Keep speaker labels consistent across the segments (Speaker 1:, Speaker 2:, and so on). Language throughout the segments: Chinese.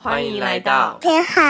Speaker 1: 欢迎来到
Speaker 2: 你好，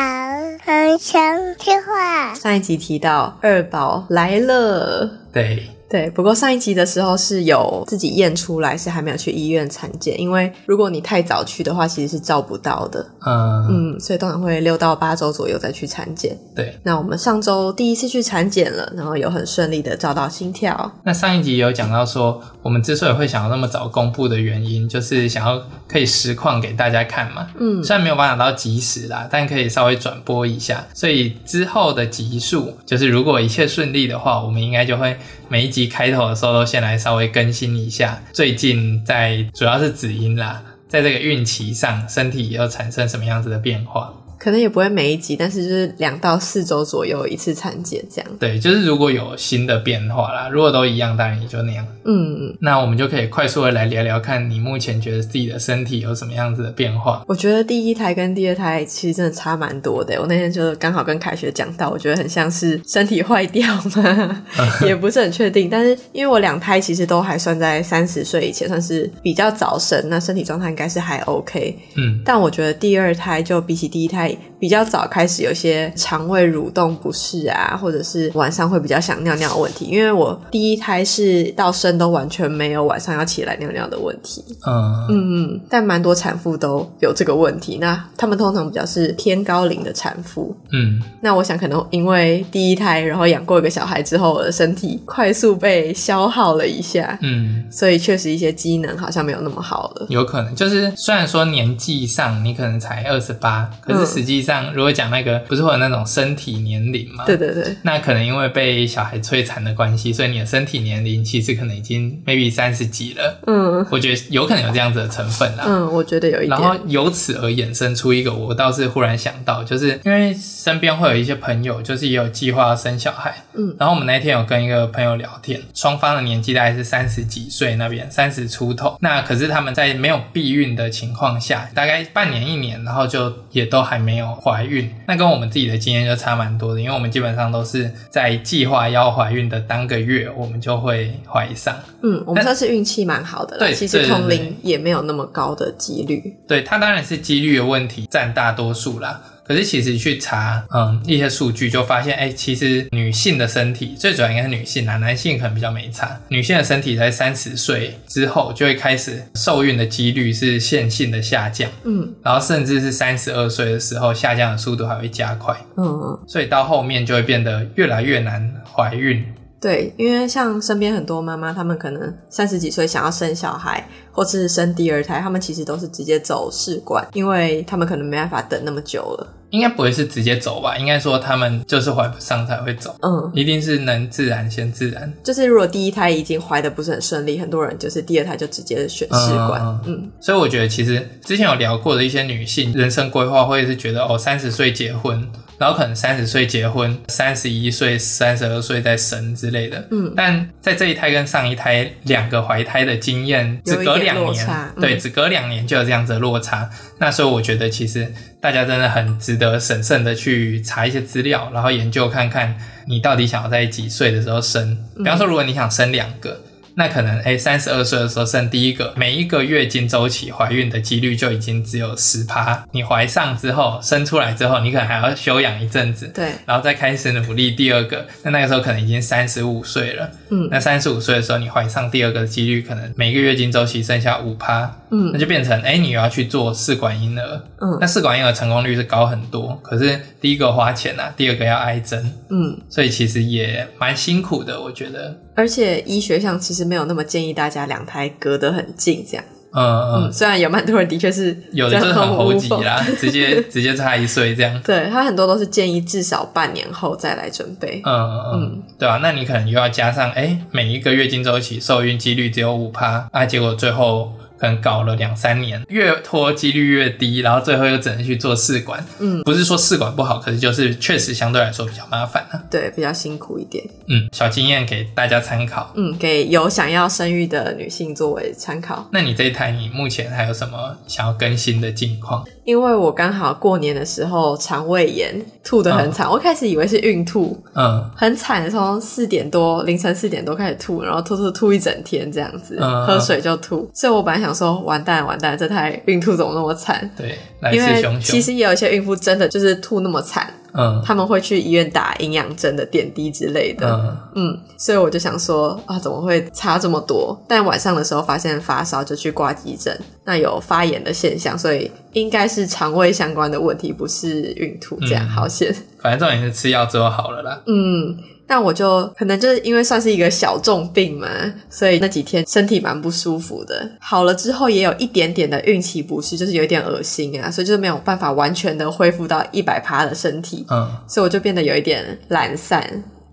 Speaker 2: 很想听话。
Speaker 3: 上一集提到二宝来了，
Speaker 4: 对，
Speaker 3: 对，不过上一集的时候是有自己验出来，是还没有去医院产检，因为如果你太早去的话，其实是照不到的，
Speaker 4: 嗯，
Speaker 3: 嗯，所以通常会六到八周左右再去产检。
Speaker 4: 对。
Speaker 3: 那我们上周第一次去产检了，然后有很顺利的照到心跳，
Speaker 4: 那上一集有讲到说，我们之所以会想要那么早公布的原因，就是想要可以实况给大家看嘛。
Speaker 3: 嗯
Speaker 4: 虽然没有办法到及时啦，但可以稍微转播一下。所以之后的集数，就是如果一切顺利的话，我们应该就会每一集开头的时候都先来稍微更新一下，最近在主要是子音啦，在这个孕期上，身体又产生什么样子的变化。
Speaker 3: 可能也不会每一集，但是就是两到四周左右一次产检这样。
Speaker 4: 对，就是如果有新的变化啦，如果都一样，当然也就那样。
Speaker 3: 嗯，
Speaker 4: 那我们就可以快速的来聊聊，看你目前觉得自己的身体有什么样子的变化。
Speaker 3: 我觉得第一胎跟第二胎其实真的差蛮多的。我那天就刚好跟凯学讲到，我觉得很像是身体坏掉嘛，也不是很确定。但是因为我两胎其实都还算在三十岁以前，算是比较早生，那身体状态应该是还 OK。
Speaker 4: 嗯，
Speaker 3: 但我觉得第二胎就比起第一胎比较早开始有些肠胃蠕动不适啊，或者是晚上会比较想尿尿的问题。因为我第一胎是到生都完全没有晚上要起来尿尿的问题。
Speaker 4: 嗯，
Speaker 3: 嗯，嗯，但蛮多产妇都有这个问题。那他们通常比较是偏高龄的产妇。
Speaker 4: 嗯，
Speaker 3: 那我想可能因为第一胎，然后养过一个小孩之后，我的身体快速被消耗了一下，
Speaker 4: 嗯，
Speaker 3: 所以确实一些机能好像没有那么好了。
Speaker 4: 有可能就是虽然说年纪上你可能才二十八，可
Speaker 3: 嗯
Speaker 4: 是实际上如果讲那个不是会有那种身体年龄吗？
Speaker 3: 对。对对，
Speaker 4: 那可能因为被小孩摧残的关系，所以你的身体年龄其实可能已经 maybe 三十几了。
Speaker 3: 嗯
Speaker 4: 我觉得有可能有这样子的成分啦。
Speaker 3: 嗯，我觉得有一
Speaker 4: 然后
Speaker 3: 点，
Speaker 4: 由此而衍生出一个，我倒是忽然想到，就是因为身边会有一些朋友，就是也有计划要生小孩，
Speaker 3: 嗯，
Speaker 4: 然后我们那天有跟一个朋友聊天，双方的年纪大概是三十几岁那边，三十出头，那可是他们在没有避孕的情况下，大概半年一年，然后就也都还没有怀孕，那跟我们自己的经验就差蛮多的，因为我们基本上都是在计划要怀孕的当个月，我们就会怀上。
Speaker 3: 嗯，我们算是运气蛮好的啦。
Speaker 4: 对
Speaker 3: 其实
Speaker 4: 对对
Speaker 3: 同龄
Speaker 4: 对
Speaker 3: 也没有那么高的几率。
Speaker 4: 对，它当然是几率的问题占大多数啦。可是其实去查，嗯，一些数据就发现，哎、其实女性的身体最主要应该是女性啦，男性可能比较没差。女性的身体在三十岁之后就会开始受孕的几率是线性的下降，
Speaker 3: 嗯
Speaker 4: 然后甚至是三十二岁的时候下降的速度还会加快，
Speaker 3: 嗯，
Speaker 4: 所以到后面就会变得越来越难怀孕。
Speaker 3: 对，因为像身边很多妈妈，她们可能三十几岁想要生小孩，或是生第二胎，她们其实都是直接走试管，因为她们可能没办法等那么久了。
Speaker 4: 应该不会是直接走吧？应该说他们就是怀不上才会走，
Speaker 3: 嗯，
Speaker 4: 一定是能自然先自然。
Speaker 3: 就是如果第一胎已经怀的不是很顺利，很多人就是第二胎就直接选试管。
Speaker 4: 嗯
Speaker 3: 嗯
Speaker 4: 所以我觉得，其实之前有聊过的一些女性人生规划，会是觉得哦，三十岁结婚，然后可能三十岁结婚，三十一岁、三十二岁再生之类的。
Speaker 3: 嗯
Speaker 4: 但在这一胎跟上一胎两个怀胎的经验，只隔两
Speaker 3: 有一点落
Speaker 4: 年
Speaker 3: 差，嗯
Speaker 4: 对，只隔两年就有这样子的落差。那所以我觉得，其实大家真的很值得审慎的去查一些资料，然后研究看看你到底想要在几岁的时候生。比方说，如果你想生两个，那可能哎，三十二岁的时候生第一个，每一个月经周期怀孕的几率就已经只有十趴。你怀上之后，生出来之后，你可能还要休养一阵子，
Speaker 3: 嗯对，
Speaker 4: 然后再开始努力第二个。那那个时候可能已经三十五岁了，
Speaker 3: 嗯
Speaker 4: 那三十五岁的时候，你怀上第二个的几率可能每个月经周期剩下五趴，
Speaker 3: 嗯
Speaker 4: 那就变成哎，你又要去做试管婴儿。那
Speaker 3: 嗯
Speaker 4: 试管婴儿成功率是高很多，可是第一个花钱啊，第二个要挨针，
Speaker 3: 嗯，
Speaker 4: 所以其实也蛮辛苦的，我觉得。
Speaker 3: 而且医学上其实没有那么建议大家两胎隔得很近这样。
Speaker 4: 嗯
Speaker 3: 嗯，虽然有蛮多人的确是
Speaker 4: 有的就是很猴急啊
Speaker 3: 这样
Speaker 4: 啦，直接直接差一岁这样。
Speaker 3: 对他很多都是建议至少半年后再来准备。
Speaker 4: 嗯嗯，对啊，那你可能又要加上，哎、每一个月经周期受孕几率只有五趴，啊，结果最后可能搞了两三年，越拖几率越低，然后最后又只能去做试管。
Speaker 3: 嗯，
Speaker 4: 不是说试管不好，可是就是确实相对来说比较麻烦啊。
Speaker 3: 对，比较辛苦一点。
Speaker 4: 嗯，小经验给大家参考。
Speaker 3: 嗯，给有想要生育的女性作为参考。
Speaker 4: 那你这一台你目前还有什么想要更新的近况？
Speaker 3: 因为我刚好过年的时候肠胃炎，吐得
Speaker 4: 啊
Speaker 3: 很惨。我开始以为是孕吐，
Speaker 4: 嗯
Speaker 3: 很惨，从四点多凌晨四点多开始吐，然后吐吐吐一整天这样子，
Speaker 4: 嗯
Speaker 3: 喝水就吐。所以我本来想说，完蛋完蛋，这台孕吐怎么那么惨？
Speaker 4: 对，来
Speaker 3: 因
Speaker 4: 势
Speaker 3: 为
Speaker 4: 汹
Speaker 3: 其
Speaker 4: 汹，
Speaker 3: 实也有一些孕妇真的就是吐那么惨，
Speaker 4: 嗯
Speaker 3: 他们会去医院打营养针的点滴之类的。
Speaker 4: 嗯
Speaker 3: 嗯，所以我就想说啊，怎么会差这么多？但晚上的时候发现发烧，就去挂急诊，那有发炎的现象，所以应该是肠胃相关的问题，不是孕吐这样，
Speaker 4: 嗯
Speaker 3: 好险。
Speaker 4: 反正重点是吃药之后好了啦。
Speaker 3: 嗯，但我就可能就是因为算是一个小重病嘛，所以那几天身体蛮不舒服的。好了之后也有一点点的孕期不适，就是有一点恶心啊，所以就是没有办法完全的恢复到一百趴的身体，
Speaker 4: 嗯
Speaker 3: 所以我就变得有一点懒散，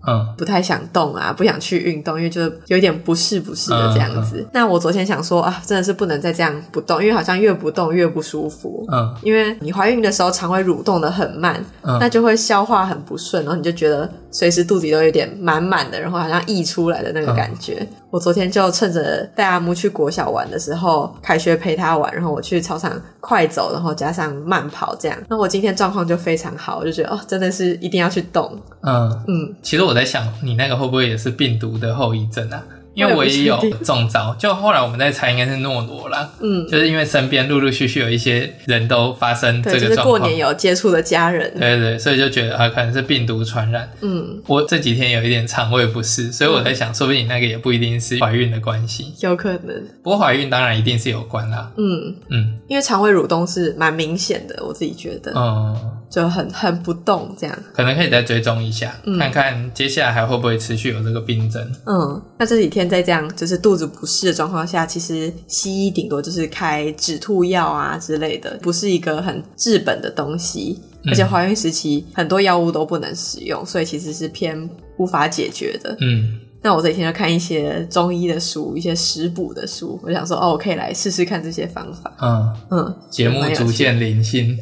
Speaker 4: 嗯
Speaker 3: 不太想动啊，不想去运动，因为就有点不适不适的这样子。那我昨天想说啊，真的是不能再这样不动，因为好像越不动越不舒服。
Speaker 4: 嗯
Speaker 3: 因为你怀孕的时候肠胃蠕动的很慢，
Speaker 4: 嗯
Speaker 3: 那就会消化很不顺，然后你就觉得随时肚子里都有点满满的，然后好像溢出来的那个感觉。我昨天就趁着带阿木去国小玩的时候，凯学陪他玩，然后我去操场快走，然后加上慢跑这样。那我今天状况就非常好，我就觉得哦，真的是一定要去动，
Speaker 4: 嗯。
Speaker 3: 嗯。
Speaker 4: 其实我在想，你那个会不会也是病毒的后遗症啊？因为
Speaker 3: 我
Speaker 4: 我
Speaker 3: 也不
Speaker 4: 也有
Speaker 3: 确定
Speaker 4: 中招，就后来我们在猜应该是诺罗啦，
Speaker 3: 嗯，
Speaker 4: 就是因为身边陆陆续续有一些人都发 生这
Speaker 3: 对，就
Speaker 4: 个
Speaker 3: 是
Speaker 4: 状
Speaker 3: 过
Speaker 4: 况，
Speaker 3: 年有接触的家人，
Speaker 4: 对对对，所以就觉得啊，可能是病毒传染。
Speaker 3: 嗯，
Speaker 4: 我这几天有一点肠胃不适，所以我在想，说不定你那个也不一定是怀孕的关系。
Speaker 3: 有可能，
Speaker 4: 不过怀孕当然一定是有关啦，
Speaker 3: 嗯，
Speaker 4: 嗯
Speaker 3: 因为肠胃蠕动是蛮明显的，我自己觉得、
Speaker 4: 嗯，
Speaker 3: 就很很不动这样，
Speaker 4: 可能可以再追踪一下，
Speaker 3: 嗯
Speaker 4: 看看接下来还会不会持续有这个病症。
Speaker 3: 嗯，那这几天在这样就是肚子不适的状况下，其实西医顶多就是开止吐药啊之类的，不是一个很治本的东西，
Speaker 4: 嗯
Speaker 3: 而且怀孕时期很多药物都不能使用，所以其实是偏无法解决的。
Speaker 4: 嗯
Speaker 3: 那我这几天就看一些中医的书，一些食补的书，我想说哦，我可以来试试看这些方法，
Speaker 4: 嗯，
Speaker 3: 嗯，
Speaker 4: 节目
Speaker 3: 蛮有
Speaker 4: 逐渐零星，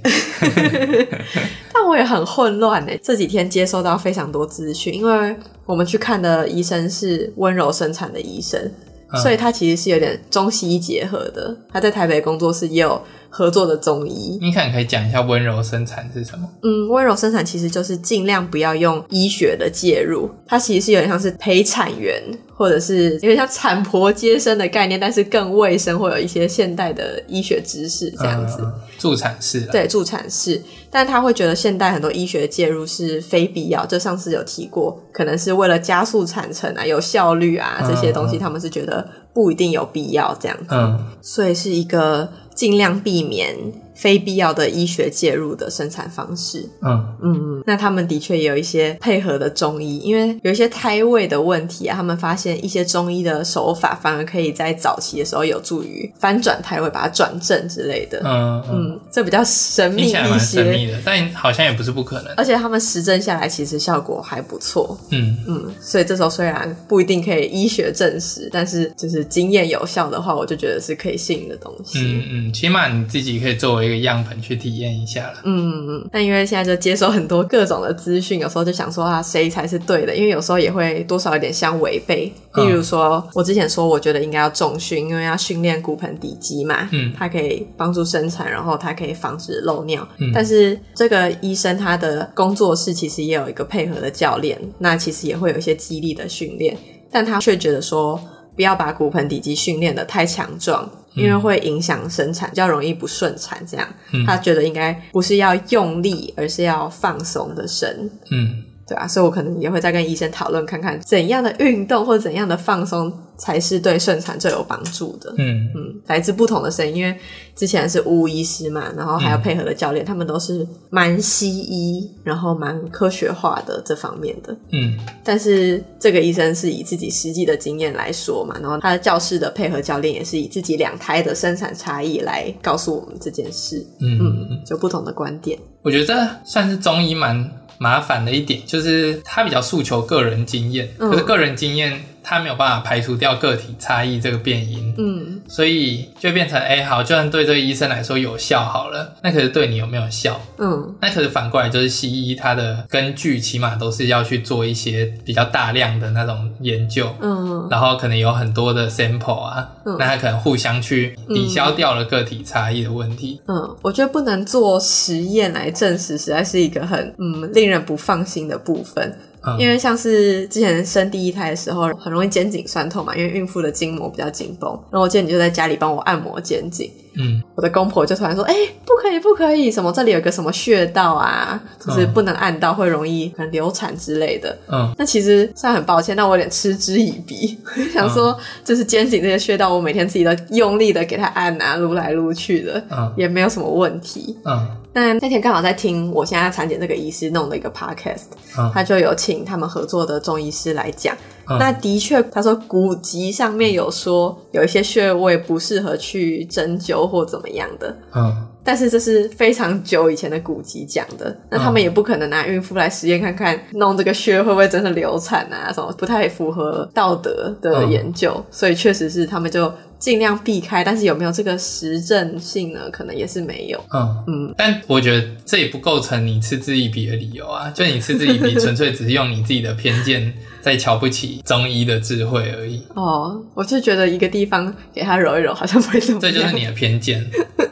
Speaker 3: 但我也很混乱哎，这几天接收到非常多资讯，因为我们去看的医生是温柔生产的医生，
Speaker 4: 嗯
Speaker 3: 所以他其实是有点中西医结合的。他在台北工作室也有合作的中医。
Speaker 4: 你可能可以讲一下温柔生产是什么？
Speaker 3: 嗯，温柔生产其实就是尽量不要用医学的介入，它其实是有点像是陪产员。或者是有点像产婆接生的概念，但是更卫生，会有一些现代的医学知识这样子。
Speaker 4: 嗯，嗯助产士啦，
Speaker 3: 对助产士，但他会觉得现代很多医学介入是非必要，就上次有提过，可能是为了加速产程啊、有效率啊这些东西，
Speaker 4: 嗯嗯
Speaker 3: 他们是觉得不一定有必要这样子，
Speaker 4: 嗯
Speaker 3: 所以是一个尽量避免非必要的医学介入的生产方式。
Speaker 4: 嗯
Speaker 3: 嗯，那他们的确也有一些配合的中医，因为有一些胎位的问题啊，他们发现一些中医的手法反而可以在早期的时候有助于翻转胎位，把它转正之类的。
Speaker 4: 嗯嗯，
Speaker 3: 嗯，这比较神秘
Speaker 4: 听起来
Speaker 3: 一
Speaker 4: 蛮神
Speaker 3: 些，
Speaker 4: 秘的，但好像也不是不可能。
Speaker 3: 而且他们实证下来其实效果还不错，
Speaker 4: 嗯
Speaker 3: 嗯，所以这时候虽然不一定可以医学证实，但是就是经验有效的话，我就觉得是可以信的东西。
Speaker 4: 嗯嗯，起码你自己可以作为一个样本去体验一下啦。
Speaker 3: 嗯，嗯，那因为现在就接收很多各种的资讯，有时候就想说啊，谁才是对的？因为有时候也会多少有点相违背。
Speaker 4: 嗯
Speaker 3: 例如说，我之前说我觉得应该要重训，因为要训练骨盆底肌嘛，
Speaker 4: 嗯
Speaker 3: 它可以帮助生产，然后它可以防止漏尿。
Speaker 4: 嗯
Speaker 3: 但是这个医生他的工作室其实也有一个配合的教练，那其实也会有一些激励的训练，但他却觉得说不要把骨盆底肌训练的太强壮，因为
Speaker 4: 嗯
Speaker 3: 会影响生产，比较容易不顺产这样。
Speaker 4: 嗯
Speaker 3: 他觉得应该不是要用力，而是要放松的伸，
Speaker 4: 嗯
Speaker 3: 对啊，所以我可能也会再跟医生讨论，看看怎样的运动或怎样的放松才是对顺产最有帮助的。
Speaker 4: 嗯
Speaker 3: 嗯，来自不同的声音，因为之前是巫医师嘛，然后还有
Speaker 4: 嗯
Speaker 3: 配合的教练，他们都是蛮西医，然后蛮科学化的这方面的。
Speaker 4: 嗯
Speaker 3: 但是这个医生是以自己实际的经验来说嘛，然后他的教室的配合教练也是以自己两胎的生产差异来告诉我们这件事。
Speaker 4: 嗯嗯，
Speaker 3: 嗯，就不同的观点。
Speaker 4: 我觉得这算是中医蛮麻烦的一点，就是他比较诉求个人经验，
Speaker 3: 嗯
Speaker 4: 可是个人经验它没有办法排除掉个体差异这个变因，
Speaker 3: 嗯，
Speaker 4: 所以就变成哎、好，就算对这个医生来说有效好了，那可是对你有没有效？
Speaker 3: 嗯，
Speaker 4: 那可是反过来就是西医它的根据起码都是要去做一些比较大量的那种研究，
Speaker 3: 嗯，
Speaker 4: 然后可能有很多的 sample 啊，
Speaker 3: 嗯
Speaker 4: 那它可能互相去抵消掉了个体差异的问题。
Speaker 3: 嗯，我觉得不能做实验来证实，实在是一个很嗯令人不放心的部分。
Speaker 4: 嗯，
Speaker 3: 因为像是之前生第一胎的时候，很容易肩颈酸痛嘛，因为孕妇的筋膜比较紧绷。然后我记得你就在家里帮我按摩肩颈，
Speaker 4: 嗯
Speaker 3: 我的公婆就突然说：“哎、不可以，不可以，什么这里有个什么穴道啊，就是不能按到，会容易可能流产之类的。”
Speaker 4: 嗯
Speaker 3: 那其实虽然很抱歉，但我有点嗤之以鼻， 想说
Speaker 4: 嗯
Speaker 3: 就是肩颈这些穴道，我每天自己都用力的给它按啊，撸来撸去的，
Speaker 4: 嗯
Speaker 3: 也没有什么问题。
Speaker 4: 嗯
Speaker 3: 但那天刚好在听我现在产检这个医师弄的一个 podcast，
Speaker 4: 嗯
Speaker 3: 他就有请他们合作的中医师来讲。
Speaker 4: 嗯
Speaker 3: 那的确，他说古籍上面有说有一些穴位不适合去针灸或怎么样的，
Speaker 4: 嗯
Speaker 3: 但是这是非常久以前的古籍讲的，那
Speaker 4: 嗯
Speaker 3: 他们也不可能拿孕妇来实验看看，弄这个穴会不会真的流产啊？什么不太符合道德
Speaker 4: 嗯
Speaker 3: 的研究，所以确实是他们就尽量避开，但是有没有这个实证性呢？可能也是没有。
Speaker 4: 嗯
Speaker 3: 嗯
Speaker 4: 嗯。但我觉得这也不构成你嗤之以鼻的理由啊， 就你嗤之以鼻，纯粹只是用你自己的偏见 在瞧不起中医的智慧 而已。
Speaker 3: 哦，我就觉得一个地方给它揉一揉，好像不会怎么
Speaker 4: 这
Speaker 3: 样。
Speaker 4: 就是你的 偏见。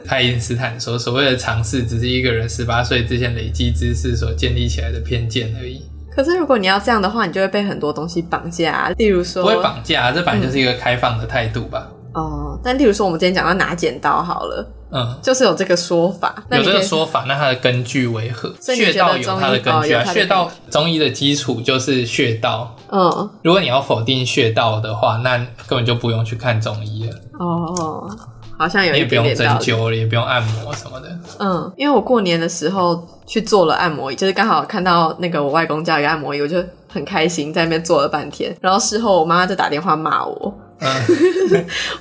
Speaker 4: 爱因斯坦说，所谓的尝试只是一个人十八岁之前累积知识所建立起来的偏见而已，
Speaker 3: 可是如果你要这样的话，你就会被很多东西绑架、啊，例如说
Speaker 4: 不会绑架、这本来就是一个开放的态度吧。
Speaker 3: 哦。但例如说，我们今天讲到拿剪刀好了，
Speaker 4: 嗯，
Speaker 3: 就是有这个说法。那
Speaker 4: 有
Speaker 3: 你
Speaker 4: 这
Speaker 3: 可
Speaker 4: 个
Speaker 3: 以
Speaker 4: 说法，那它的根据为何？
Speaker 3: 所以你觉得
Speaker 4: 穴道有它的根据
Speaker 3: 中医哦有
Speaker 4: 啊，
Speaker 3: 它的根据
Speaker 4: 穴道中医的基础就是穴道。
Speaker 3: 嗯。
Speaker 4: 如果你要否定穴道的话，那根本就不用去看中医了，
Speaker 3: 哦，好像有
Speaker 4: 你也
Speaker 3: 一
Speaker 4: 不
Speaker 3: 点
Speaker 4: 用
Speaker 3: 点
Speaker 4: 针
Speaker 3: 道理。
Speaker 4: 灸了，也不用按摩什么的。
Speaker 3: 嗯，因为我过年的时候去做了按摩椅，就是刚好看到那个我外公家有一个按摩椅，我就很开心，在那边坐了半天。然后事后我妈妈就打电话骂我，
Speaker 4: 嗯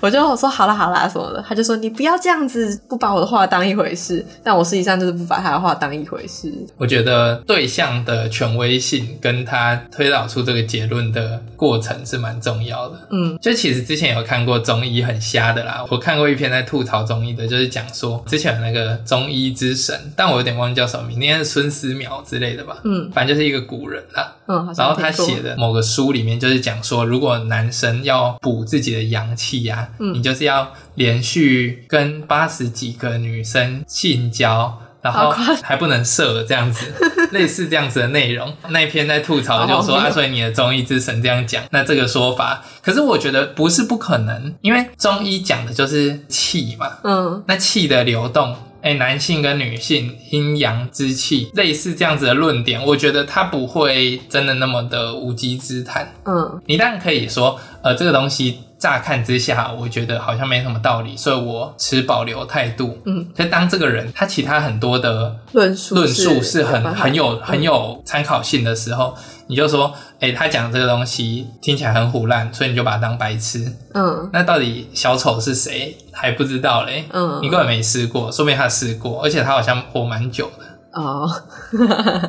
Speaker 3: 我就说好啦好啦什么的，她就说你不要这样子，不把我的话当一回事。但我实际上就是不把她的话当一回事。
Speaker 4: 我觉得对象的权威性跟他推导出这个结论的过程是蛮重要的。
Speaker 3: 嗯
Speaker 4: 就其实之前有看过中医很瞎的啦，我看过一篇在吐槽中医的，就是讲说之前有那个中医之神，但我有点忘记叫什么名，应该是孙思邈之类的吧，
Speaker 3: 嗯
Speaker 4: 反正就是一个古人啦。
Speaker 3: 嗯，好像
Speaker 4: 然后他
Speaker 3: 听过
Speaker 4: 写的某个书里面就是讲说，如果男生要补自己的阳气呀、
Speaker 3: 嗯
Speaker 4: 你就是要连续跟八十几个女生性交。然
Speaker 3: 好
Speaker 4: 后
Speaker 3: 夸张
Speaker 4: 还不能射这 样子，类似这样子的内容。那一篇在吐槽，就说
Speaker 3: 好好
Speaker 4: 啊，所以你的中医之神这样讲，那这个说法，可是我觉得不是不可能，因为中医讲的就是气嘛，
Speaker 3: 嗯
Speaker 4: 那气的流动，哎、男性跟女性阴阳之气，类似这样子的论点，我觉得它不会真的那么的无稽之谈。
Speaker 3: 嗯
Speaker 4: 你当然可以说，呃，这个东西乍看之下，我觉得好像没什么道理，所以我持保留态度。
Speaker 3: 嗯，
Speaker 4: 可是当这个人他其他很多的
Speaker 3: 论述
Speaker 4: 论述是很
Speaker 3: 办法嗯
Speaker 4: 很有很有参考性的时候，你就说，哎、他讲这个东西听起来很胡乱，所以你就把它当白痴。
Speaker 3: 嗯
Speaker 4: 那到底小丑是谁还不知道嘞？
Speaker 3: 嗯
Speaker 4: 你根本没试过，说明他试过，而且他好像活蛮久的，
Speaker 3: 哦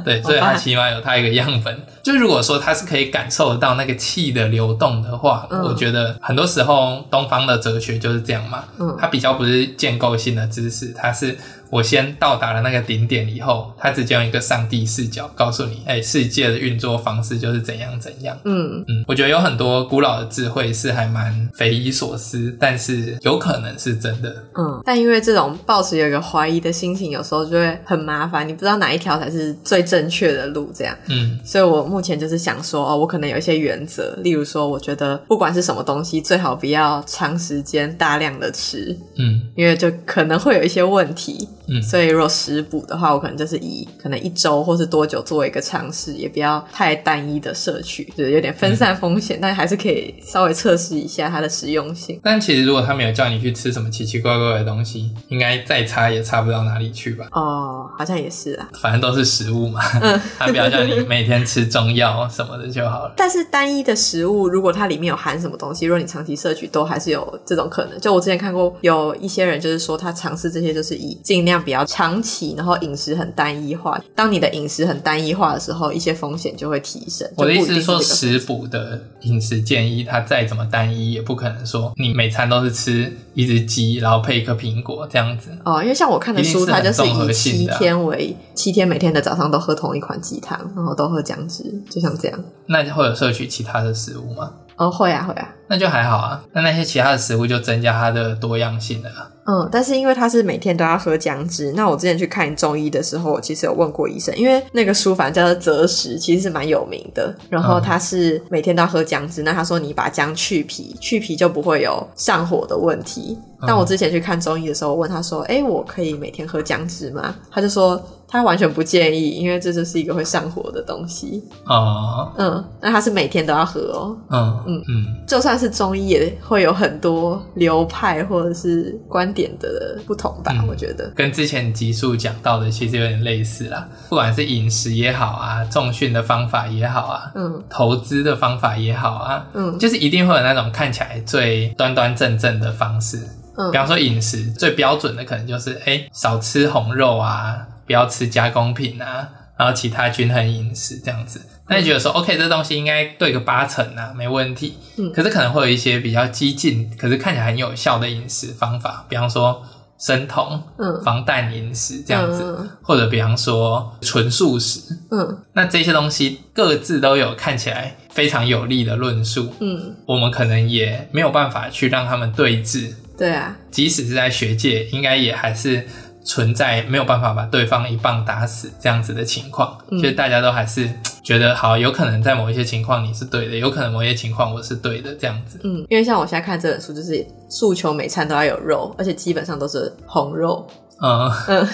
Speaker 4: 对，
Speaker 3: 好吧
Speaker 4: 所以他起码有他一个样本。就如果说他是可以感受到那个气的流动的话，
Speaker 3: 嗯
Speaker 4: 我觉得很多时候东方的哲学就是这样嘛，
Speaker 3: 嗯
Speaker 4: 它比较不是建构性的知识，它是我先到达了那个顶点以后，它直接用一个上帝视角告诉你，哎、世界的运作方式就是怎样怎样。
Speaker 3: 嗯
Speaker 4: 嗯，我觉得有很多古老的智慧是还蛮匪夷所思，但是有可能是真的。
Speaker 3: 嗯，但因为这种抱持有一个怀疑的心情，有时候就会很麻烦，你不知道哪一条才是最正确的路，这样。
Speaker 4: 嗯
Speaker 3: 所以我目前就是想说，哦，我可能有一些原则，例如说，我觉得不管是什么东西，最好不要长时间大量的吃，
Speaker 4: 嗯
Speaker 3: 因为就可能会有一些问题。
Speaker 4: 嗯
Speaker 3: 所以如果食补的话，我可能就是以可能一周或是多久做一个尝试，也不要太单一的摄取，就是有点
Speaker 4: 嗯
Speaker 3: 分散风险，但还是可以稍微测试一下它的实用性。
Speaker 4: 但其实如果他没有叫你去吃什么奇奇怪怪的东西，应该再差也差不到哪里去吧。
Speaker 3: 哦，好像也是啊。
Speaker 4: 反正都是食物嘛，
Speaker 3: 嗯
Speaker 4: 他不要叫你每天吃中药什么的就好了。
Speaker 3: 但是单一的食物，如果它里面有含什么东西，如果你长期摄取，都还是有这种可能。就我之前看过，有一些人就是说他尝试这些，就是以尽量比较长期，然后饮食很单一化。当你的饮食很单一化的时候，一些风险就会提升。
Speaker 4: 我 的
Speaker 3: 就不
Speaker 4: 意
Speaker 3: 一
Speaker 4: 思
Speaker 3: 定
Speaker 4: 是说，
Speaker 3: 这个
Speaker 4: 食补的饮食建议，它再怎么单一，也不可能说你每餐都是吃一只鸡，然后配一颗苹果这样子。
Speaker 3: 哦，因为像我看的
Speaker 4: 一定
Speaker 3: 书，
Speaker 4: 是
Speaker 3: 它
Speaker 4: 很
Speaker 3: 就是
Speaker 4: 综合
Speaker 3: 以七
Speaker 4: 性的啊
Speaker 3: 天为七天，每天的早上都喝同一款鸡汤，然后都喝姜汁，就像这样。
Speaker 4: 那会有摄取其他的食物吗？
Speaker 3: 哦，会啊，会啊，
Speaker 4: 那就还好啊。那那些其他的食物就增加它的多样性了啊。
Speaker 3: 嗯，但是因为他是每天都要喝姜汁，那我之前去看中医的时候，我其实有问过医生，因为那个书反正叫做择食，其实是蛮有名的。然后
Speaker 4: 嗯
Speaker 3: 他是每天都要喝姜汁，那他说你把姜去皮，去皮就不会有上火的问题。但我之前去看中医的时候，我问他说：“哎、我可以每天喝姜汁吗？”他就说他完全不建议，因为这就是一个会上火的东西。
Speaker 4: 哦，
Speaker 3: 嗯，那他是每天都要喝哦。
Speaker 4: 嗯
Speaker 3: 嗯
Speaker 4: 嗯嗯，
Speaker 3: 就算是中医，也会有很多流派或者是观点的不同吧？
Speaker 4: 嗯
Speaker 3: 我觉得，
Speaker 4: 跟之前集数讲到的其实有点类似啦。不管是饮食也好啊，重训的方法也好啊，
Speaker 3: 嗯
Speaker 4: 投资的方法也好啊，
Speaker 3: 嗯
Speaker 4: 就是一定会有那种看起来最端端正正的方式。比
Speaker 3: 嗯
Speaker 4: 方说饮食最标准的可能就是，哎、少吃红肉啊，不要吃加工品啊，然后其他均衡饮食这样子。那你觉得说，OK，这东西应该对个八成啊，没问题。
Speaker 3: 嗯
Speaker 4: 可是可能会有一些比较激进，可是看起来很有效的饮食方法，比方说生酮、
Speaker 3: 嗯
Speaker 4: 防弹饮食这样子，
Speaker 3: 嗯
Speaker 4: 或者比方说纯素食。
Speaker 3: 嗯
Speaker 4: 那这些东西各自都有看起来非常有利的论述，
Speaker 3: 嗯，
Speaker 4: 我们可能也没有办法去让他们对峙，
Speaker 3: 对啊，
Speaker 4: 即使是在学界，应该也还是存在没有办法把对方一棒打死这样子的情况，
Speaker 3: 嗯
Speaker 4: 就是大家都还是觉得好，有可能在某一些情况你是对的，有可能某一些情况我是对的这样子。
Speaker 3: 嗯，因为像我现在看这本书，就是诉求每餐都要有肉，而且基本上都是红肉。
Speaker 4: 嗯，
Speaker 3: 嗯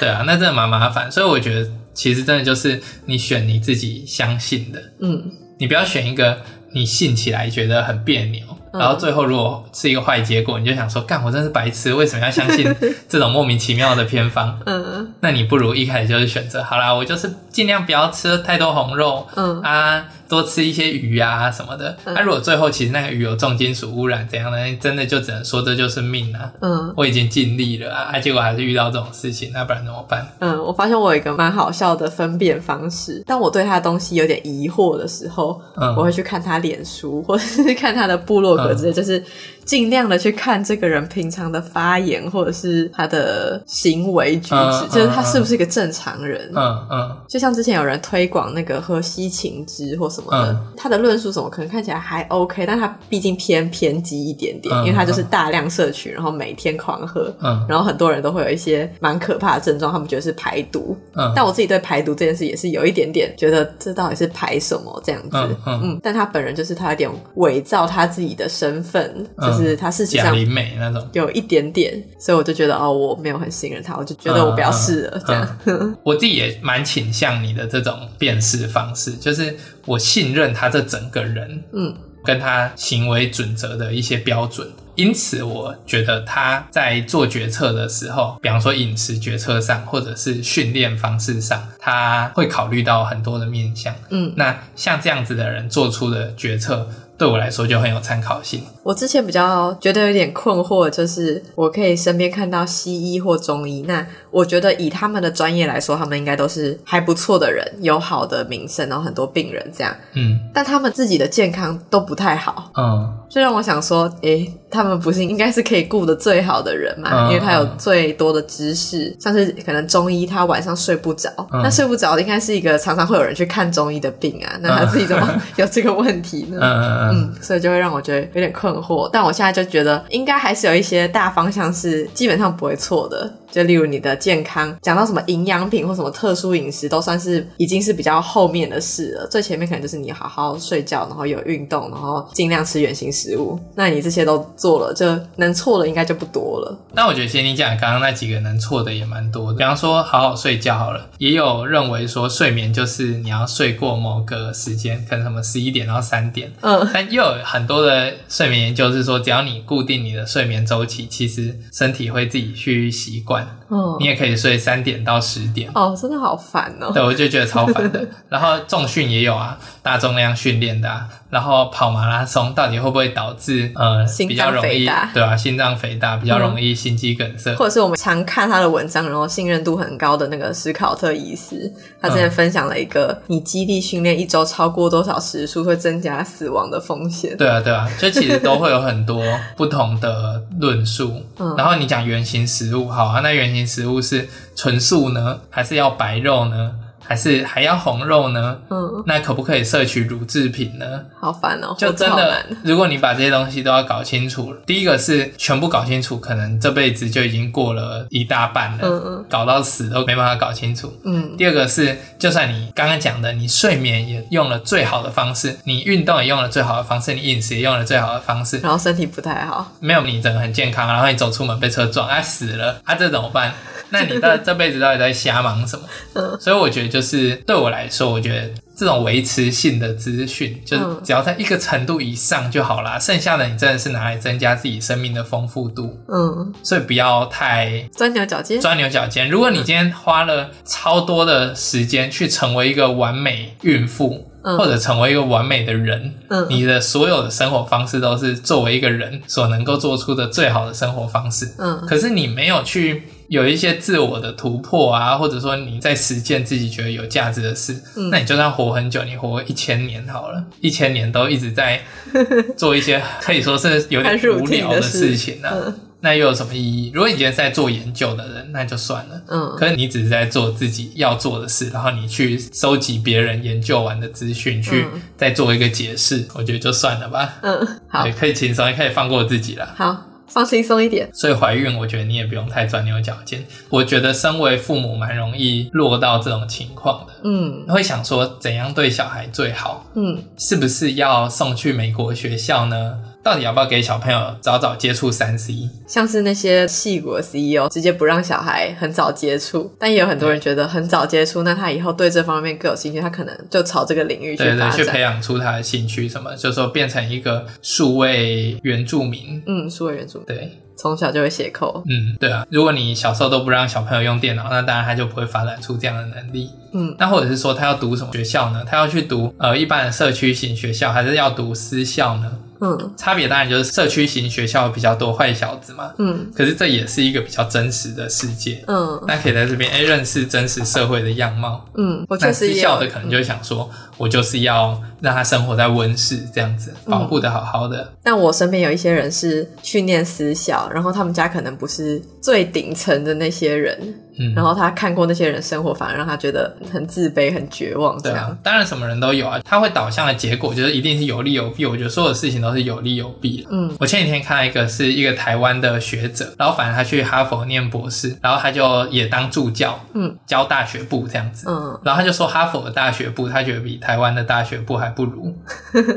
Speaker 4: 对啊，那真的蛮麻烦，所以我觉得其实真的就是你选你自己相信的，
Speaker 3: 嗯
Speaker 4: 你不要选一个你信起来觉得很别扭，
Speaker 3: 嗯
Speaker 4: 然后最后如果是一个坏结果，你就想说，干我真是白痴，为什么要相 信这种莫名其妙的偏方？
Speaker 3: 嗯
Speaker 4: 那你不如一开始就是选择好啦，我就是尽量不要吃太多红肉
Speaker 3: 嗯
Speaker 4: 啊，多吃一些鱼啊什么的。那、
Speaker 3: 嗯
Speaker 4: 如果最后其实那个鱼有重金属污染怎样呢？真的就只能说这就是命啊，
Speaker 3: 嗯
Speaker 4: 我已经尽力了啊，啊结果还是遇到这种事情，那不然怎么办？
Speaker 3: 嗯，我发现我有一个蛮好笑的分辨方式。当我对他的东西有点疑惑的时候，
Speaker 4: 嗯，
Speaker 3: 我会去看他脸书，或者是看他的部落格之类，就是尽量的去看这个人平常的发言，或者是他的行为举止，
Speaker 4: 嗯嗯
Speaker 3: 就是他是不是一个正常人。
Speaker 4: 嗯嗯
Speaker 3: 就像之前有人推广那个喝西芹汁或什么的，
Speaker 4: 嗯
Speaker 3: 他的论述什么可能看起来还 OK，但他毕竟偏偏激一点点，
Speaker 4: 嗯
Speaker 3: 因为他就是大量摄取，然后每天狂喝，
Speaker 4: 嗯
Speaker 3: 然后很多人都会有一些蛮可怕的症状，他们觉得是排毒，
Speaker 4: 嗯，
Speaker 3: 但我自己对排毒这件事也是有一点点觉得这到底是排什么这样子。
Speaker 4: 嗯嗯
Speaker 3: 但他本人就是他有点伪造他自己的身份，
Speaker 4: 嗯
Speaker 3: 就是他事实
Speaker 4: 贾
Speaker 3: 上
Speaker 4: 玲美那种。
Speaker 3: 有一点点，所以我就觉得哦，我没有很信任他，我就觉得我不要试了、这样。
Speaker 4: 我自己也蛮倾向你的这种辨识方式，就是我信任他这整个人，
Speaker 3: 嗯，
Speaker 4: 跟他行为准则的一些标准。因此，我觉得他在做决策的时候，比方说饮食决策上，或者是训练方式上，他会考虑到很多的面向。
Speaker 3: 嗯，
Speaker 4: 那像这样子的人做出的决策，对我来说就很有参考性。
Speaker 3: 我之前比较觉得有点困惑，就是我可以身边看到西医或中医，那我觉得以他们的专业来说，他们应该都是还不错的人，有好的名声，然后很多病人这样，
Speaker 4: 嗯
Speaker 3: 但他们自己的健康都不太好，
Speaker 4: 嗯
Speaker 3: 就让我想说，诶、他们不是应该是可以顾得最好的人嘛？因
Speaker 4: 嗯
Speaker 3: 为他有最多的知识，像是可能中医他晚上睡不着，
Speaker 4: 嗯
Speaker 3: 那睡不着应该是一个常常会有人去看中医的病啊，那他自己怎么 有这个问题呢？
Speaker 4: 嗯嗯嗯，
Speaker 3: 嗯，所以就会让我觉得有点困惑，但我现在就觉得应该还是有一些大方向是基本上不会错的，就例如你的健康，讲到什么营养品或什么特殊饮食，都算是已经是比较后面的事了，最前面可能就是你好好睡觉，然后有运动，然后尽量吃原形食物，那你这些都做了，就能错的应该就不多了。
Speaker 4: 但我觉得其实你讲刚刚那几个能错的也蛮多的，比方说好好睡觉好了，也有认为说睡眠就是你要睡过某个时间，可能什么十一点到三点，
Speaker 3: 嗯
Speaker 4: 但又有很多的睡眠研究是说，只要你固定你的睡眠周期，其实身体会自己去习惯。
Speaker 3: 嗯
Speaker 4: 你，也可以睡三点到十点。
Speaker 3: 哦，真的好烦哦。
Speaker 4: 对，我就觉得超 烦的。然后重训也有啊，大重量训练的啊，然后跑马拉松到底会不会导致呃
Speaker 3: 心脏
Speaker 4: 比较容易
Speaker 3: 肥大
Speaker 4: 对啊，心脏肥大比较容易心肌梗塞。
Speaker 3: 或者是我们常看他的文章，然后信任度很高的那个史考特医师，他
Speaker 4: 嗯
Speaker 3: 之前分享了一个你基地训练一周超过多少时数会增加死亡的风险。
Speaker 4: 对啊，对啊，就其实都会有很多不同的论述。
Speaker 3: 嗯
Speaker 4: 然后你讲原型食物，好啊，那原型食物是纯素呢，还是要白肉呢，还是还要红肉呢？
Speaker 3: 嗯，
Speaker 4: 那可不可以摄取乳制品呢？
Speaker 3: 好烦哦，
Speaker 4: 就
Speaker 3: 我
Speaker 4: 真
Speaker 3: 好
Speaker 4: 的
Speaker 3: 难。，
Speaker 4: 如果你把这些东西都要搞清楚，第一个是全部搞清楚，可能这辈子就已经过了一大半了，
Speaker 3: 嗯嗯
Speaker 4: 搞到死都没办法搞清楚。
Speaker 3: 嗯
Speaker 4: 第二个是，就算你刚刚讲的，你睡眠也用了最好的方式，你运动也用了最好的方式，你饮食也用了最好的方式，
Speaker 3: 然后身体不太好，
Speaker 4: 没有你整个很健康，然后你走出门被车撞，啊死了， 啊这怎么办？那你到这辈子到底在瞎忙什么？
Speaker 3: 嗯
Speaker 4: 所以我觉得就是对我来说，我觉得这种维持性的资讯，就是
Speaker 3: 嗯
Speaker 4: 只要在一个程度以上就好啦，剩下的你真的是拿来增加自己生命的丰富度，
Speaker 3: 嗯，
Speaker 4: 所以不要太
Speaker 3: 钻牛角尖。
Speaker 4: 钻牛角尖。如果你今天花了超多的时间去成为一个完美孕妇，
Speaker 3: 嗯
Speaker 4: 或者成为一个完美的人，
Speaker 3: 嗯
Speaker 4: 你的所有的生活方式都是作为一个人所能够做出的最好的生活方式。
Speaker 3: 嗯
Speaker 4: 可是你没有去有一些自我的突破啊，或者说你在实践自己觉得有价值的事，
Speaker 3: 嗯
Speaker 4: 那你就算活很久，你活一千年好了，一千年都一直在 做一些可以说是有
Speaker 3: 很
Speaker 4: 点
Speaker 3: routine
Speaker 4: 无聊
Speaker 3: 的事
Speaker 4: 事情啊。
Speaker 3: 嗯
Speaker 4: 那又有什么意义？如果你今天是在做研究的人，那就算了。
Speaker 3: 嗯
Speaker 4: 可是你只是在做自己要做的事，然后你去收集别人研究完的资讯，去
Speaker 3: 嗯
Speaker 4: 再做一个解释，我觉得就算了吧。
Speaker 3: 嗯，好
Speaker 4: 对，可以轻松，也可以放过自己啦。
Speaker 3: 好放轻松一点。
Speaker 4: 所以怀孕，我觉得你也不用太钻牛角尖。我觉得身为父母蛮容易落到这种情况的，
Speaker 3: 嗯
Speaker 4: 会想说怎样对小孩最好，
Speaker 3: 嗯
Speaker 4: 是不是要送去美国学校呢？到底要不要给小朋友早早接触三 C？
Speaker 3: 像是那些戏骨的 CEO 直接不让小孩很早接触，但也有很多人觉得很早接触，那他以后对这方面更有兴趣，他可能就朝这个领域去
Speaker 4: 对
Speaker 3: 发
Speaker 4: 对，去培
Speaker 3: 展。
Speaker 4: 养出他的兴趣，什么，就说变成一个数位原住民。
Speaker 3: 嗯，数位原住民
Speaker 4: 对，
Speaker 3: 从小就会写扣。
Speaker 4: 嗯，对啊。如果你小时候都不让小朋友用电脑，那当然他就不会发展出这样的能力。
Speaker 3: 嗯
Speaker 4: 那或者是说他要读什么学校呢？他要去读呃一般的社区型学校，还是要读私校呢？
Speaker 3: 嗯
Speaker 4: 差别当然就是社区型学校比较多坏小子嘛。
Speaker 3: 嗯
Speaker 4: 可是这也是一个比较真实的世界，
Speaker 3: 嗯
Speaker 4: 那可以在这边哎认识真实社会的样貌。
Speaker 3: 嗯，我确
Speaker 4: 那
Speaker 3: 实
Speaker 4: 私
Speaker 3: 也
Speaker 4: 校
Speaker 3: 有嗯
Speaker 4: 的可能就会想说，我就是要让他生活在温室这样子，
Speaker 3: 嗯
Speaker 4: 保护的好好的。
Speaker 3: 但我身边有一些人是去念私校，然后他们家可能不是最顶层的那些人，
Speaker 4: 嗯，
Speaker 3: 然后他看过那些人生活，反而让他觉得很自卑、很绝望。这
Speaker 4: 对
Speaker 3: 样
Speaker 4: 啊，，当然什么人都有啊，他会导向的结果就是一定是有利有弊。我觉得所有事情都是有利有弊的。
Speaker 3: 嗯
Speaker 4: 我前几天看到一个是一个台湾的学者，然后反正他去哈佛念博士，然后他就也当助教，
Speaker 3: 嗯，
Speaker 4: 教大学部这样子。
Speaker 3: 嗯
Speaker 4: 然后他就说，哈佛的大学部他觉得比台湾的大学部还不 如，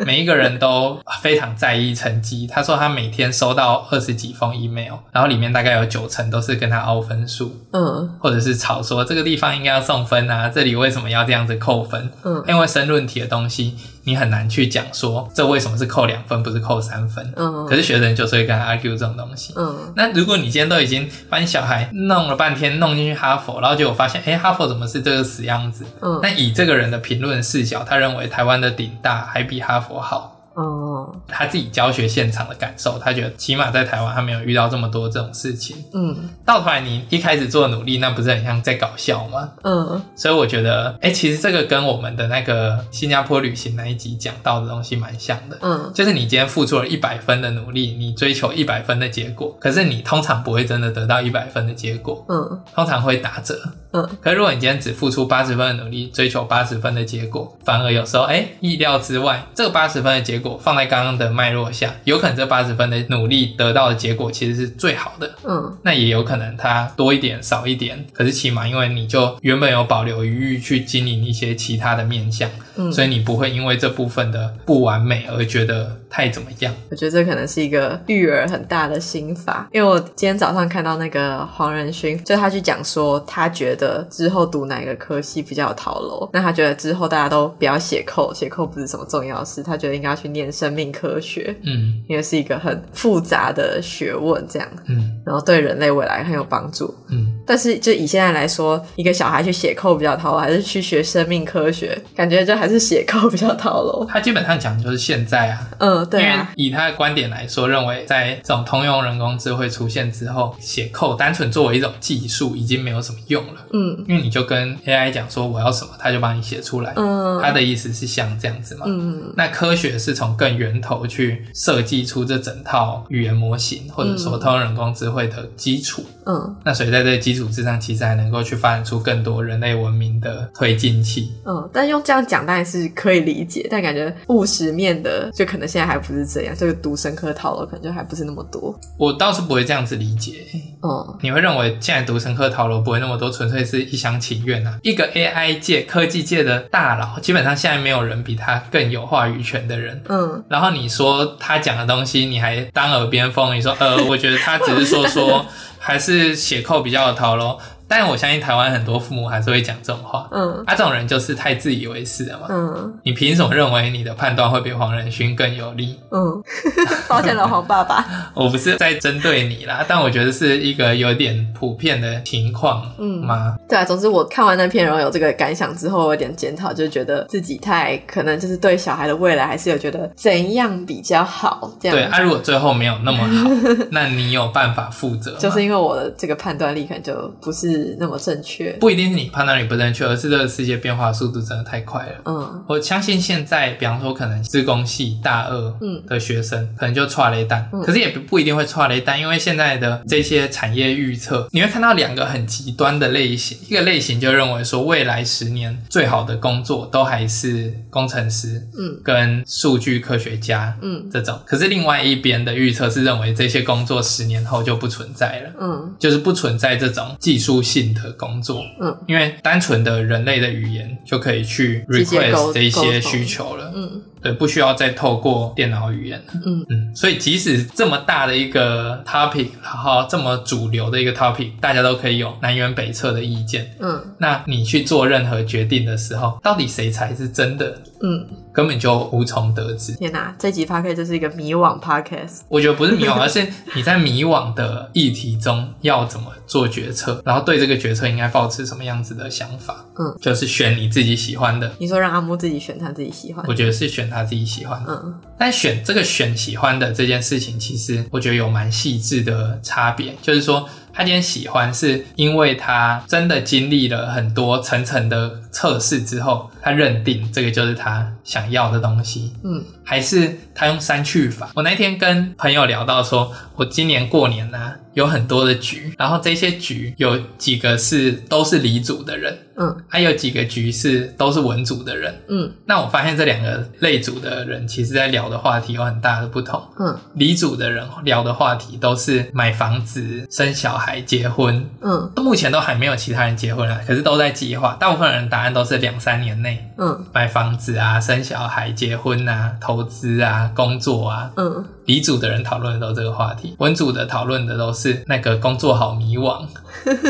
Speaker 4: 每一个人都非常在意成绩。他说他每天收到二十几封 email，然后里面大概有九成都是跟他凹分数，
Speaker 3: 嗯
Speaker 4: 或者是吵说这个地方应该要送分啊，这里为什么要这样子扣分？
Speaker 3: 嗯
Speaker 4: 因为申论题的东西，你很难去讲说这为什么是扣两分，不是扣三分。
Speaker 3: 嗯
Speaker 4: 可是学生就是会跟他 argue 这种东西。
Speaker 3: 嗯
Speaker 4: 那如果你今天都已经把你小孩弄了半天弄进去哈佛，然后结果发现，哎，哈佛怎么是这个死样子？
Speaker 3: 嗯
Speaker 4: 那以这个人的评论视角，他认为台湾的顶大还比哈佛好。
Speaker 3: 哦
Speaker 4: 他自己教学现场的感受，他觉得起码在台湾他没有遇到这么多这种事情。
Speaker 3: 嗯
Speaker 4: 到头来你一开始做努力，那不是很像在搞笑吗？
Speaker 3: 嗯
Speaker 4: 所以我觉得，哎、其实这个跟我们的那个新加坡旅行那一集讲到的东西蛮像的。
Speaker 3: 嗯
Speaker 4: 就是你今天付出了一百分的努力，你追求一百分的结果，可是你通常不会真的得到一百分的结果，
Speaker 3: 嗯
Speaker 4: 通常会打折。
Speaker 3: 嗯
Speaker 4: 可是如果你今天只付出八十分的努力，追求八十分的结果，反而有时候哎、诶意料之外，这个八十分的结果放在刚刚的脉络下，有可能这八十分的努力得到的结果其实是最好的。
Speaker 3: 嗯
Speaker 4: 那也有可能它多一点少一点，可是起码因为你就原本有保留余裕去经营一些其他的面向，
Speaker 3: 嗯
Speaker 4: 所以你不会因为这部分的不完美而觉得太怎么样。
Speaker 3: 我觉得这可能是一个育儿很大的心法，因为我今天早上看到那个黄仁勋，就他去讲说，他觉得之后读哪个科系比较有逃楼，那他觉得之后大家都不要写扣，写扣不是什么重要的事，他觉得应该要去念生命科学，
Speaker 4: 嗯
Speaker 3: 因为是一个很复杂的学问，这样，
Speaker 4: 嗯
Speaker 3: 然后对人类未来很有帮助。
Speaker 4: 嗯，
Speaker 3: 但是就以现在来说，一个小孩去写扣比较逃楼，还是去学生命科学，感觉就还是写扣比较逃楼。
Speaker 4: 他基本上讲就是现在啊，
Speaker 3: 嗯，对啊，
Speaker 4: 因为以他的观点来说，认为在这种通用人工智慧出现之后，写扣单纯作为一种技术已经没有什么用了，
Speaker 3: 嗯
Speaker 4: 因为你就跟 AI 讲说我要什么，他就帮你写出来。
Speaker 3: 嗯
Speaker 4: 他的意思是像这样子嘛？
Speaker 3: 嗯
Speaker 4: 那科学是从更源头去设计出这整套语言模型，或者说通用人工智慧的基础。
Speaker 3: 嗯
Speaker 4: 那所以在这个基础之上，其实还能够去发展出更多人类文明的推进器。
Speaker 3: 嗯，但用这样讲当然是可以理解，但感觉务实面的就可能现在还不是这样，就是读生科逃楼可能就还不是那么多。
Speaker 4: 我倒是不会这样子理解，
Speaker 3: 嗯
Speaker 4: 你会认为现在读生科陶罗不会那么多，纯粹是一厢情愿啊。一个 AI 界、科技界的大佬，基本上现在没有人比他更有话语权的人。
Speaker 3: 嗯，
Speaker 4: 然后你说他讲的东西，你还当耳边风，你说呃，我觉得他只是说说，还是写扣比较有套咯。但我相信台湾很多父母还是会讲这种话。
Speaker 3: 嗯
Speaker 4: 啊，这种人就是太自以为是了嘛。
Speaker 3: 嗯
Speaker 4: 你凭什么认为你的判断会比黄仁勋更有利？
Speaker 3: 嗯， 抱歉了，黄爸爸。
Speaker 4: 我不是在针对你啦，但我觉得是一个有点普遍的情况，
Speaker 3: 嗯
Speaker 4: 吗？
Speaker 3: 对啊，总之我看完那篇，然后有这个感想之后，我有点检讨，就觉得自己太可能就是对小孩的未来还是有觉得怎样比较好这样。
Speaker 4: 对，啊，如果最后没有那么 好，那你有办法负责吗？
Speaker 3: 就是因为我的这个判断力可能就不是那么正确。
Speaker 4: 不一定是你判断力不正确，而是这个世界变化速度真的太快了。
Speaker 3: 嗯
Speaker 4: 我相信现在，比方说可能自工系大二
Speaker 3: 嗯
Speaker 4: 的学生，可能就差了一单，
Speaker 3: 嗯
Speaker 4: 可是也不不一定会差了一单，因为现在的这些产业预测，你会看到两个很极端的类型，一个类型就认为说未来十年最好的工作都还是工程师
Speaker 3: 嗯
Speaker 4: 跟数据科学家
Speaker 3: 嗯
Speaker 4: 这种，可是另外一边的预测是认为这些工作十年后就不存在了。
Speaker 3: 嗯
Speaker 4: 就是不存在这种技术性的工作，
Speaker 3: 嗯，
Speaker 4: 因为单纯的人类的语言就可以去
Speaker 3: 直接沟
Speaker 4: request 这一些
Speaker 3: 沟通
Speaker 4: 需求了，
Speaker 3: 嗯
Speaker 4: 对，不需要再透过电脑语言了。
Speaker 3: 嗯
Speaker 4: 嗯，所以即使这么大的一个 topic，然后这么主流的一个 topic，大家都可以有南辕北辙的意见。
Speaker 3: 嗯
Speaker 4: 那你去做任何决定的时候，到底谁才是真的，
Speaker 3: 嗯，
Speaker 4: 根本就无从得知。
Speaker 3: 天哪，这集 podcast 就是一个迷惘 podcast。
Speaker 4: 我觉得不是迷惘，而是你在迷惘的议题中要怎么做决策，然后对这个决策应该保持什么样子的想法。
Speaker 3: 嗯，
Speaker 4: 就是选你自己喜欢的，
Speaker 3: 你说让阿木自己选他自己喜欢
Speaker 4: 我。觉得是选他自己喜欢的。
Speaker 3: 嗯
Speaker 4: 但选这个选喜欢的这件事情，其实我觉得有蛮细致的差别，就是说他今天喜欢是因为他真的经历了很多层层的测试之后，他认定这个就是他想要的东西，
Speaker 3: 嗯
Speaker 4: 还是他用删去法？我那天跟朋友聊到说，我今年过年呐、有很多的局，然后这些局有几个是都是黎组的人，
Speaker 3: 嗯
Speaker 4: 还有几个局是都是文组的人。
Speaker 3: 嗯
Speaker 4: 那我发现这两个类组的人，其实在聊的话题有很大的不同。
Speaker 3: 嗯
Speaker 4: 理组的人聊的话题都是买房子、生小孩、结婚，
Speaker 3: 嗯
Speaker 4: 目前都还没有其他人结婚啊，可是都在计划。大部分人答案都是两三年内
Speaker 3: 嗯
Speaker 4: 买房子啊、生小孩、结婚啊、投资啊、工作啊。
Speaker 3: 嗯，
Speaker 4: 理组的人讨论的都是这个话题，文组的讨论的都是那个工作好 迷惘，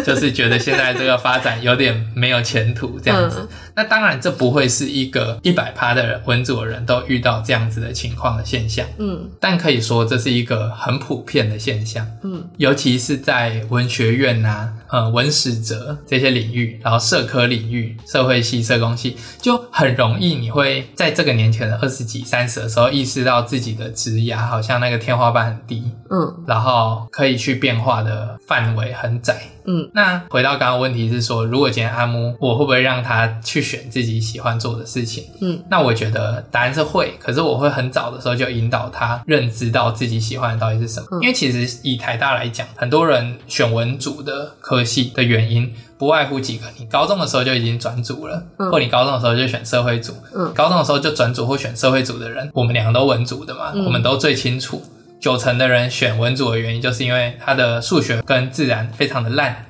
Speaker 4: 就是觉得现在这个发展有点没有前途这样子。那当然，这不会是一个一百趴的人文组的人都遇到这样子的情况的现象，
Speaker 3: 嗯
Speaker 4: 但可以说这是一个很普遍的现象，
Speaker 3: 嗯
Speaker 4: 尤其是在文学院呐、呃文史哲这些领域，然后社科领域、社会系、社工系，就很容易你会在这个年前的二十几、三十的时候意识到自己的职涯好像那个天花板很低，
Speaker 3: 嗯
Speaker 4: 然后可以去变化的范围很窄。
Speaker 3: 嗯，
Speaker 4: 那回到刚刚问题是说，如果今天阿木，我会不会让他去选自己喜欢做的事情？
Speaker 3: 嗯，
Speaker 4: 那我觉得答案是会，可是我会很早的时候就引导他认知到自己喜欢的到底是什么。
Speaker 3: 嗯
Speaker 4: 因为其实以台大来讲，很多人选文组的科系的原因，不外乎几个：你高中的时候就已经转组了，
Speaker 3: 嗯
Speaker 4: 或你高中的时候就选社会组，
Speaker 3: 嗯
Speaker 4: 高中的时候就转组或选社会组的人，我们两个都文组的嘛，
Speaker 3: 嗯
Speaker 4: 我们都最清楚。九成的人选文组的原因，就是因为他的数学跟自然非常的烂，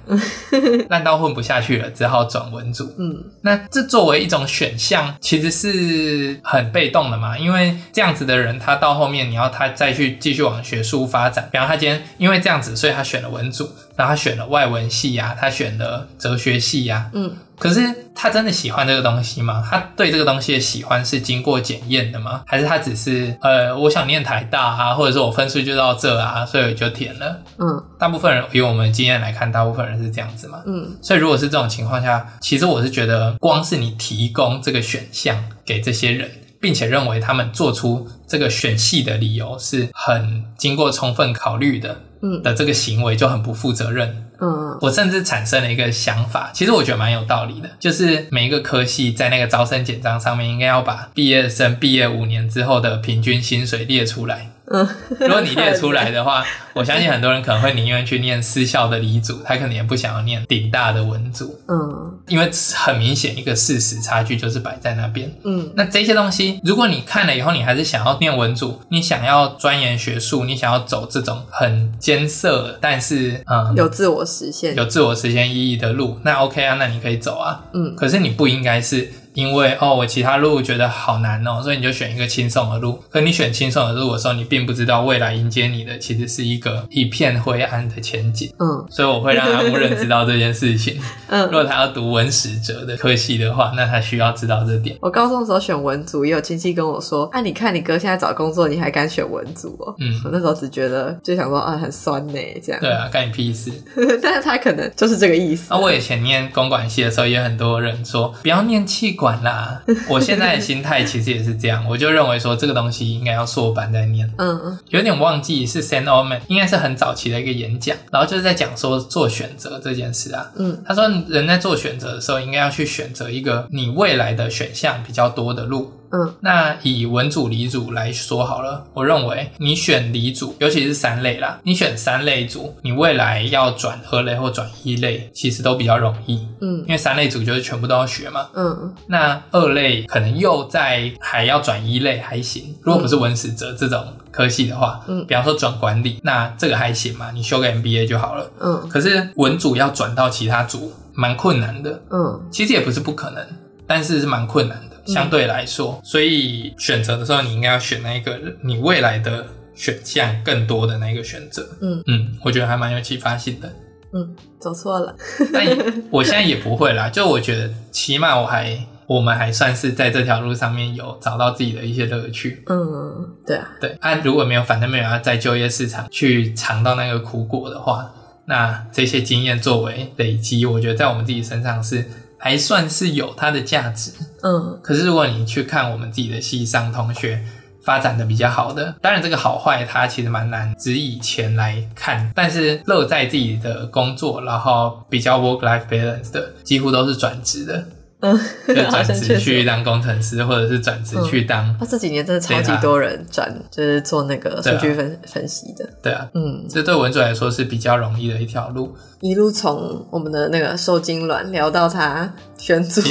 Speaker 4: 烂到混不下去了，只好转文组。
Speaker 3: 嗯，
Speaker 4: 那这作为一种选项，其实是很被动的嘛，因为这样子的人，他到后面你要他再去继续往学术发展，比方他今天因为这样子，所以他选了文组，然后他选了外文系呀、他选了哲学系呀、
Speaker 3: 嗯，
Speaker 4: 可是他真的喜欢这个东西吗？他对这个东西的喜欢是经过检验的吗？还是他只是呃，我想念台大啊，或者是我分数就到这啊，所以我就填了？
Speaker 3: 嗯，
Speaker 4: 大部分人以我们的经验来看，大部分人是这样子嘛。
Speaker 3: 嗯，
Speaker 4: 所以如果是这种情况下，其实我是觉得，光是你提供这个选项给这些人，并且认为他们做出这个选系的理由是很经过充分考虑的，
Speaker 3: 嗯
Speaker 4: 的这个行为就很不负责任。
Speaker 3: 嗯，
Speaker 4: 我甚至产生了一个想法，其实我觉得蛮有道理的，就是每一个科系在那个招生简章上面，应该要把毕业生毕业五年之后的平均薪水列出来。
Speaker 3: 嗯，
Speaker 4: 如果你列出来的话，我相信很多人可能会宁愿去念私校的理组，他可能也不想要念顶大的文组，
Speaker 3: 嗯，
Speaker 4: 因为很明显一个事实差距就是摆在那边。
Speaker 3: 嗯，
Speaker 4: 那这些东西，如果你看了以后，你还是想要念文组，你想要钻研学术，你想要走这种很艰涩，但是嗯，
Speaker 3: 有自我实现，
Speaker 4: 有自我实现意义的路，那 OK 啊，那你可以走啊。
Speaker 3: 嗯
Speaker 4: 可是你不应该是因为哦，我其他路觉得好难哦，所以你就选一个轻松的路。可你选轻松的路的时候，你并不知道未来迎接你的其实是一个一片灰暗的前景。
Speaker 3: 嗯
Speaker 4: 所以我会让阿木认知到这件事情。 如
Speaker 3: 嗯。
Speaker 4: 果他要读文史哲的科系的话，那他需要知道这点。
Speaker 3: 我高中的时候选文组，也有亲戚跟我说：“啊，你看你哥现在找工作，你还敢选文组哦？”
Speaker 4: 嗯
Speaker 3: 我那时候只觉得就想说啊，很酸呢，这样。
Speaker 4: 对啊，干你屁事！
Speaker 3: 但是他可能就是这个意思。
Speaker 4: 那、我以前念公管系的时候，也很多人说不要念气管啦。我现在的心态其实也是这样，我就认为说这个东西应该要硕班再念。
Speaker 3: 嗯
Speaker 4: 有点忘记是 Sam Altman，应该是很早期的一个演讲，然后就是在讲说做选择这件事啊。
Speaker 3: 嗯
Speaker 4: 他说，人在做选择的时候，应该要去选择一个你未来的选项比较多的路。
Speaker 3: 嗯
Speaker 4: 那以文组、理组来说好了，我认为你选理组，尤其是三类啦，你选三类组，你未来要转二类或转一类，其实都比较容易，
Speaker 3: 嗯
Speaker 4: 因为三类组就是全部都要学嘛。
Speaker 3: 嗯
Speaker 4: 那二类可能又在还要转一类还行，如果不是文史哲这种科系的话，
Speaker 3: 嗯
Speaker 4: 比方说转管理，那这个还行嘛，你修个 MBA 就好了。
Speaker 3: 嗯
Speaker 4: 可是文组要转到其他组，蛮困难的。
Speaker 3: 嗯
Speaker 4: 其实也不是不可能，但是是蛮困难的，
Speaker 3: 嗯
Speaker 4: 相对来说。所以选择的时候，你应该要选那一个你未来的选项更多的那一个选择。
Speaker 3: 嗯
Speaker 4: 嗯，我觉得还蛮有启发性的。
Speaker 3: 嗯，走错了。
Speaker 4: 但也我现在也不会啦，就我觉得起码我还我们还算是在这条路上面有找到自己的一些乐趣。
Speaker 3: 嗯，对啊，
Speaker 4: 对，啊，如果没有，反正没有要在就业市场去尝到那个苦果的话，那这些经验作为累积，我觉得在我们自己身上是还算是有它的价值。
Speaker 3: 嗯
Speaker 4: 可是如果你去看我们自己的系上同学发展的比较好的，当然这个好坏它其实蛮难只以钱来看，但是乐在自己的工作，然后比较 work life balance 的，几乎都是转职的，
Speaker 3: 嗯
Speaker 4: 就，
Speaker 3: 好
Speaker 4: 转
Speaker 3: 像
Speaker 4: 职
Speaker 3: 确
Speaker 4: 去
Speaker 3: 实。嗯
Speaker 4: 当工程师，或者是转职去当、
Speaker 3: 他这几年真的超级多人转，就是做那个数据分分析的。
Speaker 4: 对啊，
Speaker 3: 嗯，
Speaker 4: 这对文组来说是比较容易的一条路。
Speaker 3: 一路从我们的那个受精卵聊到他选组，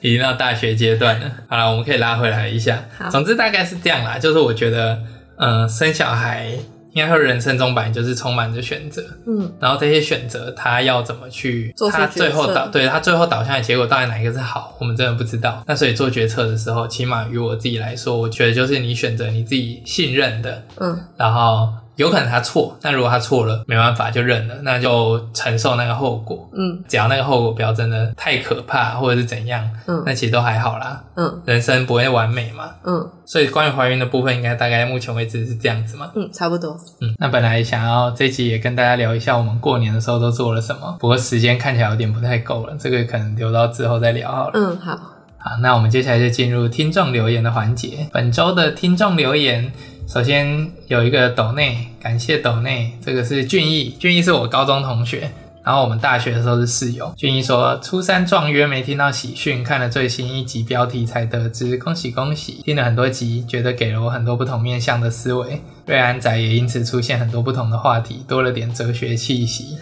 Speaker 4: 已经到大学阶段了，好了，我们可以拉回来一下
Speaker 3: 好。
Speaker 4: 总之大概是这样啦，就是我觉得，嗯、生小孩应该说人生中本来就是充满着选择，
Speaker 3: 嗯
Speaker 4: 然后这些选择他要怎么去
Speaker 3: 做，出
Speaker 4: 他最后
Speaker 3: 决策
Speaker 4: 导对他最后导向的结果到底哪一个是好，我们真的不知道。那所以做决策的时候，起码于我自己来说，我觉得就是你选择你自己信任的，
Speaker 3: 嗯
Speaker 4: 然后有可能他错，那如果他错了，没办法就认了，那就承受那个后果。
Speaker 3: 嗯
Speaker 4: 只要那个后果不要真的太可怕，或者是怎样，
Speaker 3: 嗯
Speaker 4: 那其实都还好啦。
Speaker 3: 嗯
Speaker 4: 人生不会完美嘛，
Speaker 3: 嗯
Speaker 4: 所以关于怀孕的部分，应该大概目前为止是这样子嘛。
Speaker 3: 嗯，差不多。
Speaker 4: 嗯，那本来想要这集也跟大家聊一下我们过年的时候都做了什么，不过时间看起来有点不太够了，这个可能留到之后再聊好了。
Speaker 3: 嗯，好，
Speaker 4: 好，那我们接下来就进入听众留言的环节。本周的听众留言，首先有一个斗内，感谢斗内，这个是俊逸，俊逸是我高中同学。然后我们大学的时候是室友。俊逸说，初三撞约没听到喜讯，看了最新一集标题才得知，恭喜恭喜！听了很多集，觉得给了我很多不同面向的思维。瑞安仔也因此出现很多不同的话题，多了点哲学气息。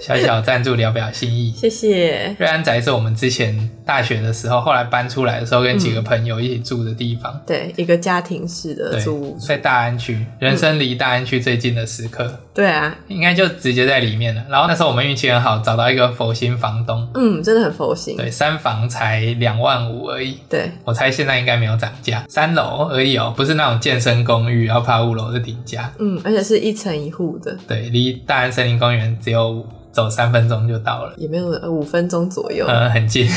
Speaker 4: 小小赞助聊表心意。
Speaker 3: 谢谢。
Speaker 4: 瑞安宅是我们之前大学的时候，后来搬出来的时候，跟
Speaker 3: 嗯
Speaker 4: 几个朋友一起住的地方。
Speaker 3: 对，一个家庭式的租屋
Speaker 4: 对，
Speaker 3: 处。
Speaker 4: 在大安区，人生离大安区最近的时刻，
Speaker 3: 对啊，
Speaker 4: 应该就直接在里面了。然后那时候我们运气很好，找到一个佛心房东，
Speaker 3: 嗯，真的很佛心。
Speaker 4: 对，三房才两万五而已。
Speaker 3: 对
Speaker 4: 我猜现在应该没有涨价，三楼而已哦，不是那种健身公寓，要爬五楼的顶价。
Speaker 3: 嗯，而且是一层一户的，
Speaker 4: 对，离大安森林公园只有走三分钟就到了，
Speaker 3: 也没有呃五分钟左右。
Speaker 4: 呃，很近。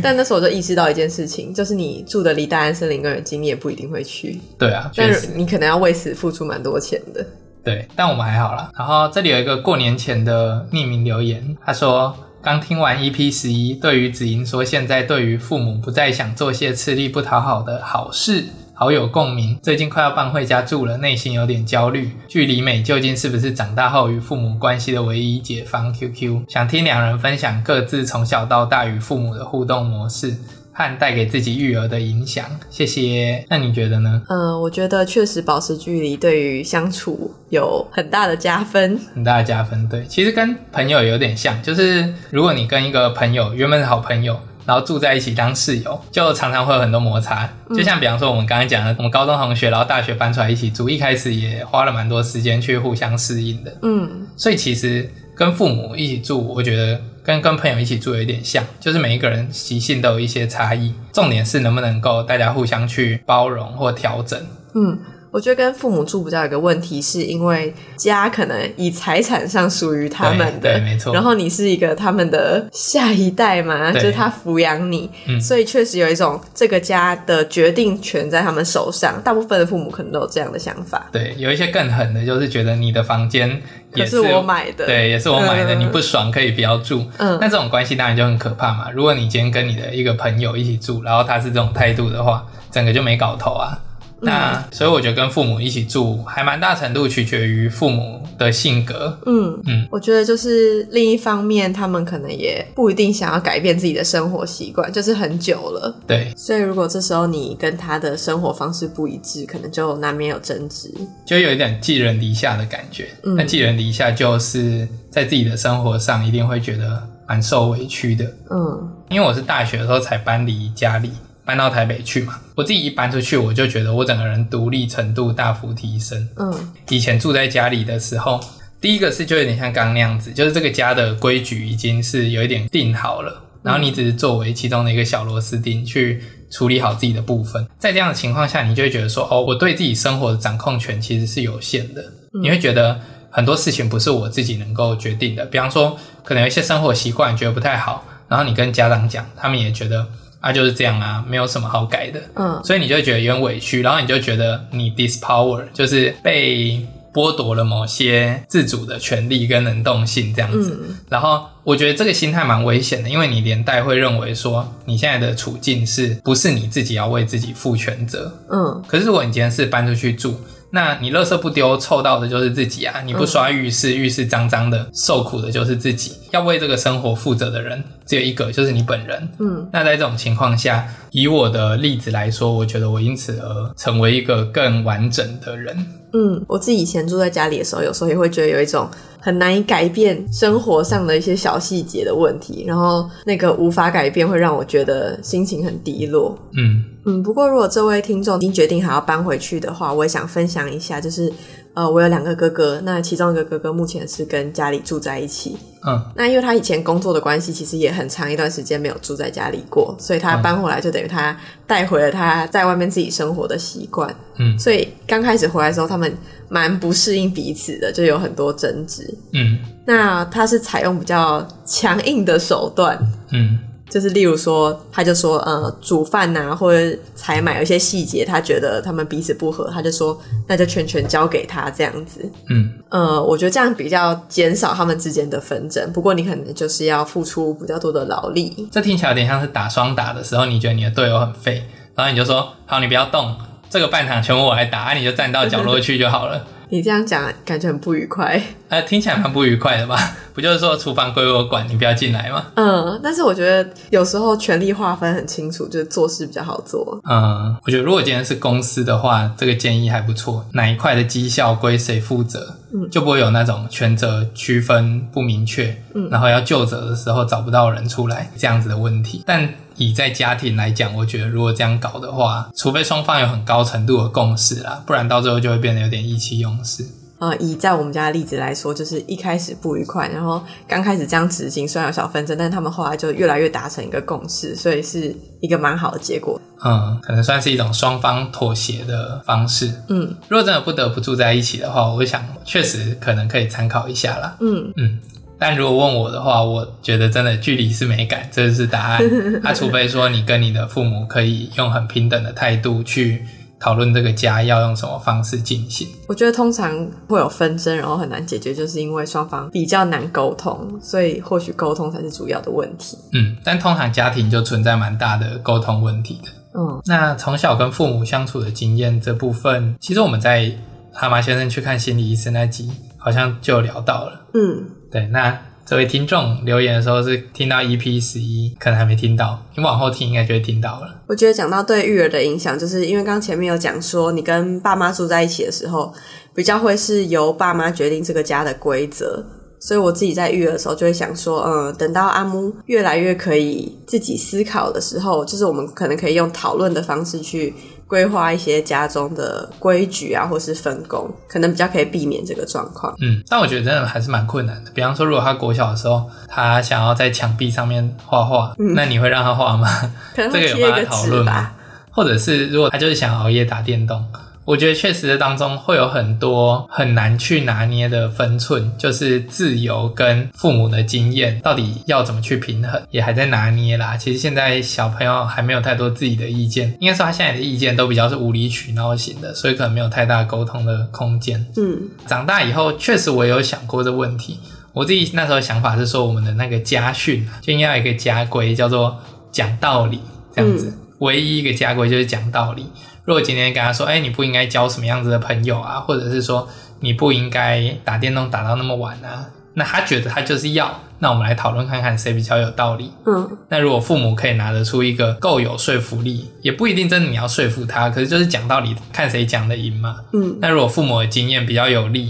Speaker 3: 但那时候我就意识到一件事情，就是你住的离大安森林公园近，你也不一定会去，
Speaker 4: 对啊，
Speaker 3: 但
Speaker 4: 确实。
Speaker 3: 你可能要为此付出蛮多钱的。
Speaker 4: 对，但我们还好啦。然后这里有一个过年前的匿名留言，他说刚听完 EP 十一，对于子莹说现在对于父母不再想做些吃力不讨好的好事。好有共鸣，最近快要搬回家住了，内心有点焦虑。距离美究竟是不是长大后与父母关系的唯一解放？QQ 想听两人分享各自从小到大与父母的互动模式和带给自己育儿的影响。谢谢。那你觉得呢？
Speaker 3: 嗯，我觉得确实保持距离对于相处有很大的加分。
Speaker 4: 很大的加分。对，其实跟朋友有点像，就是如果你跟一个朋友原本是好朋友，然后住在一起当室友，就常常会有很多摩擦。
Speaker 3: 嗯
Speaker 4: 就像比方说我们刚刚讲的，我们高中同学，然后大学搬出来一起住，一开始也花了蛮多时间去互相适应的。
Speaker 3: 嗯，
Speaker 4: 所以其实跟父母一起住，我觉得跟跟朋友一起住有点像，就是每一个人习性都有一些差异。重点是能不能够大家互相去包容或调整。
Speaker 3: 嗯，我觉得跟父母住比较有一个问题，是因为家可能以财产上属于他们
Speaker 4: 对
Speaker 3: 的
Speaker 4: 对，没错
Speaker 3: 然后你是一个他们的下一代嘛，就
Speaker 4: 对
Speaker 3: 是他抚养你，
Speaker 4: 嗯
Speaker 3: 所以确实有一种这个家的决定权在他们手上。大部分的父母可能都有这样的想法，
Speaker 4: 对，有一些更狠的，就是觉得你的房间也
Speaker 3: 可是我买的，
Speaker 4: 对，也是我买的，
Speaker 3: 嗯
Speaker 4: 你不爽可以不要住。
Speaker 3: 嗯
Speaker 4: 那这种关系当然就很可怕嘛。如果你今天跟你的一个朋友一起住，然后他是这种态度的话，整个就没搞头啊。那、
Speaker 3: 嗯
Speaker 4: 所以我觉得跟父母一起住，还蛮大程度取决于父母的性格。
Speaker 3: 嗯
Speaker 4: 嗯
Speaker 3: 嗯，我觉得就是另一方面，他们可能也不一定想要改变自己的生活习惯，就是很久了，
Speaker 4: 对，
Speaker 3: 所以如果这时候你跟他的生活方式不一致，可能就难免有争执。
Speaker 4: 就有一点寄人篱下的感觉。
Speaker 3: 嗯
Speaker 4: 那寄人篱下就是在自己的生活上一定会觉得蛮受委屈的。
Speaker 3: 嗯
Speaker 4: 因为我是大学的时候才搬离家里，搬到台北去嘛。我自己一搬出去，我就觉得我整个人独立程度大幅提升。
Speaker 3: 嗯
Speaker 4: 以前住在家里的时候，第一个是就有点像刚刚那样子，就是这个家的规矩已经是有一点定好了，然后你只是作为其中的一个小螺丝钉去处理好自己的部分。在这样的情况下，你就会觉得说，哦，我对自己生活的掌控权其实是有限的，你会觉得。很多事情不是我自己能够决定的，比方说，可能有一些生活习惯觉得不太好，然后你跟家长讲，他们也觉得啊就是这样啊，没有什么好改的。
Speaker 3: 嗯
Speaker 4: 所以你就会觉得有点委屈，然后你就觉得你 dispower 就是被剥夺了某些自主的权利跟能动性这样子。
Speaker 3: 嗯
Speaker 4: 然后我觉得这个心态蛮危险的，因为你连带会认为说你现在的处境是不是你自己要为自己负全责？
Speaker 3: 嗯
Speaker 4: 可是如果你今天是搬出去住，那你垃圾不丢，臭到的就是自己啊！你不刷浴室，浴室脏脏的，受苦的就是自己。要为这个生活负责的人只有一个，就是你本人。
Speaker 3: 嗯
Speaker 4: 那在这种情况下，以我的例子来说，我觉得我因此而成为一个更完整的人。
Speaker 3: 嗯，我自己以前住在家里的时候，有时候也会觉得有一种很难以改变生活上的一些小细节的问题，然后那个无法改变会让我觉得心情很低落。
Speaker 4: 嗯，
Speaker 3: 嗯，不过如果这位听众已经决定还要搬回去的话，我也想分享一下，就是呃，我有两个哥哥，那其中一个哥哥目前是跟家里住在一起。
Speaker 4: 嗯，
Speaker 3: 那因为他以前工作的关系，其实也很长一段时间没有住在家里过，所以他
Speaker 4: 嗯
Speaker 3: 搬回来就等于他带回了他在外面自己生活的习惯。
Speaker 4: 嗯
Speaker 3: 所以刚开始回来的时候，他们蛮不适应彼此的，就有很多争执。
Speaker 4: 嗯，
Speaker 3: 那他是采用比较强硬的手段，
Speaker 4: 嗯，
Speaker 3: 就是例如说，他就说，呃，煮饭呐、或者采买有一些细节，他觉得他们彼此不合，他就说，那就全权交给他这样子。
Speaker 4: 嗯，
Speaker 3: 呃，我觉得这样比较减少他们之间的纷争。不过你可能就是要付出比较多的劳力，
Speaker 4: 这听起来有点像是打双打的时候，你觉得你的队友很废，然后你就说：“好，你不要动，这个半场全部我来打，啊、你就站到角落去就好了。
Speaker 3: 你这样讲感觉很不愉快。”
Speaker 4: 呃，听起来蛮不愉快的吧？ 不就是说厨房归我管，你不要进来吗？
Speaker 3: 嗯，但是我觉得有时候权力划分很清楚，就是做事比较好做。
Speaker 4: 嗯，我觉得如果今天是公司的话，这个建议还不错。哪一块的绩效归谁负责，
Speaker 3: 嗯
Speaker 4: 就不会有那种权责区分不明确，
Speaker 3: 嗯
Speaker 4: 然后要就责的时候找不到人出来这样子的问题。但以在家庭来讲，我觉得如果这样搞的话，除非双方有很高程度的共识啦，不然到最后就会变得有点意气用事。
Speaker 3: 呃，以在我们家的例子来说，就是一开始不愉快，然后刚开始这样执行，虽然有小纷争，但他们后来就越来越达成一个共识，所以是一个蛮好的结果。
Speaker 4: 嗯，可能算是一种双方妥协的方式。
Speaker 3: 嗯
Speaker 4: 如果真的不得不住在一起的话，我想确实可能可以参考一下啦。
Speaker 3: 嗯，
Speaker 4: 嗯，但如果问我的话，我觉得真的距离是美感，这是答案。那、除非说你跟你的父母可以用很平等的态度去讨论这个家要用什么方式进行。
Speaker 3: 我觉得通常会有纷争，然后很难解决，就是因为双方比较难沟通，所以或许沟通才是主要的问题。
Speaker 4: 嗯，但通常家庭就存在蛮大的沟通问题的。
Speaker 3: 嗯
Speaker 4: 那从小跟父母相处的经验这部分，其实我们在蛤蟆先生去看心理医生那集好像就有聊到了。
Speaker 3: 嗯，
Speaker 4: 对，那这位听众留言的时候是听到 EP 十一，可能还没听到，你往后听应该就会听到了。
Speaker 3: 我觉得讲到对育儿的影响，就是因为刚刚前面有讲说，你跟爸妈住在一起的时候，比较会是由爸妈决定这个家的规则。所以我自己在育儿的时候，就会想说，嗯，等到阿木越来越可以自己思考的时候，就是我们可能可以用讨论的方式去规划一些家中的规矩啊，或是分工，可能比较可以避免这个状况。
Speaker 4: 嗯，但我觉得真的还是蛮困难的。比方说，如果他国小的时候，他想要在墙壁上面画画，那你会让他画吗？
Speaker 3: 可能会
Speaker 4: 这个有
Speaker 3: 贴一
Speaker 4: 办法
Speaker 3: 个
Speaker 4: 讨
Speaker 3: 纸
Speaker 4: 论吗
Speaker 3: 吧。？
Speaker 4: 或者是如果他就是想熬夜打电动，我觉得确实当中会有很多很难去拿捏的分寸，就是自由跟父母的经验到底要怎么去平衡，也还在拿捏啦。其实现在小朋友还没有太多自己的意见，应该说他现在的意见都比较是无理取闹型的，所以可能没有太大沟通的空间。
Speaker 3: 嗯
Speaker 4: 长大以后，确实我有想过这问题。我自己那时候想法是说，我们的那个家训啊就应该有一个家规，叫做讲道理这样子。唯一一个家规就是讲道理。如果今天跟他说，哎、你不应该交什么样子的朋友啊，或者是说你不应该打电动打到那么晚啊，那他觉得他就是要，那我们来讨论看看谁比较有道理。
Speaker 3: 嗯
Speaker 4: 那如果父母可以拿得出一个够有说服力，也不一定真的你要说服他，可是就是讲道理，看谁讲的赢嘛。
Speaker 3: 嗯
Speaker 4: 那如果父母的经验比较有利，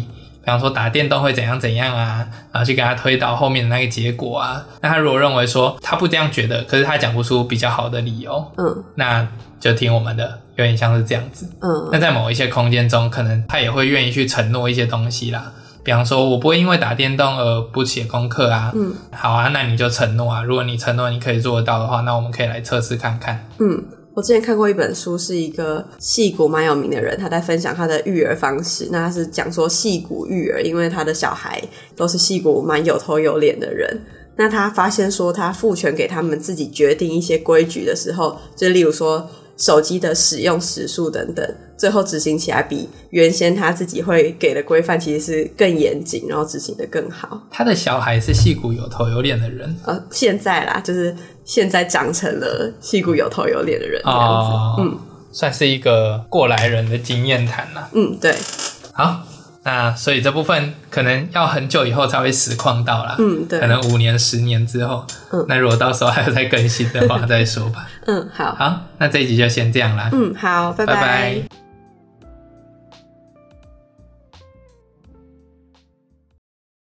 Speaker 4: 比方说打电动会怎样怎样啊，然后去给他推导后面的那个结果啊，那他如果认为说他不这样觉得，可是他讲不出比较好的理由，
Speaker 3: 嗯
Speaker 4: 那就听我们的，有点像是这样子。
Speaker 3: 嗯
Speaker 4: 那在某一些空间中，可能他也会愿意去承诺一些东西啦。比方说，我不会因为打电动而不写功课啊。
Speaker 3: 嗯，
Speaker 4: 好啊，那你就承诺啊。如果你承诺你可以做得到的话，那我们可以来测试看看。
Speaker 3: 嗯。我之前看过一本书，是一个戏骨蛮有名的人，他在分享他的育儿方式。那他是讲说戏骨育儿，因为他的小孩都是戏骨蛮有头有脸的人。那他发现说，他赋权给他们自己决定一些规矩的时候，就例如说手机的使用时数等等，最后执行起来比原先他自己会给的规范其实是更严谨，然后执行的更好。
Speaker 4: 他的小孩是戏骨有头有脸的人
Speaker 3: 呃，现在啦，就是现在长成了屁股有头有脸的人这样子。
Speaker 4: 哦，
Speaker 3: 嗯，
Speaker 4: 算是一个过来人的经验谈啦。
Speaker 3: 嗯，对，
Speaker 4: 好，那所以这部分可能要很久以后才会实况到啦。
Speaker 3: 嗯对
Speaker 4: 可能五年、十年之后。
Speaker 3: 嗯
Speaker 4: 那如果到时候还有再 更新的话，再说吧。
Speaker 3: 嗯，好，
Speaker 4: 好，那这一集就先这样啦。
Speaker 3: 嗯，好，拜
Speaker 4: 拜拜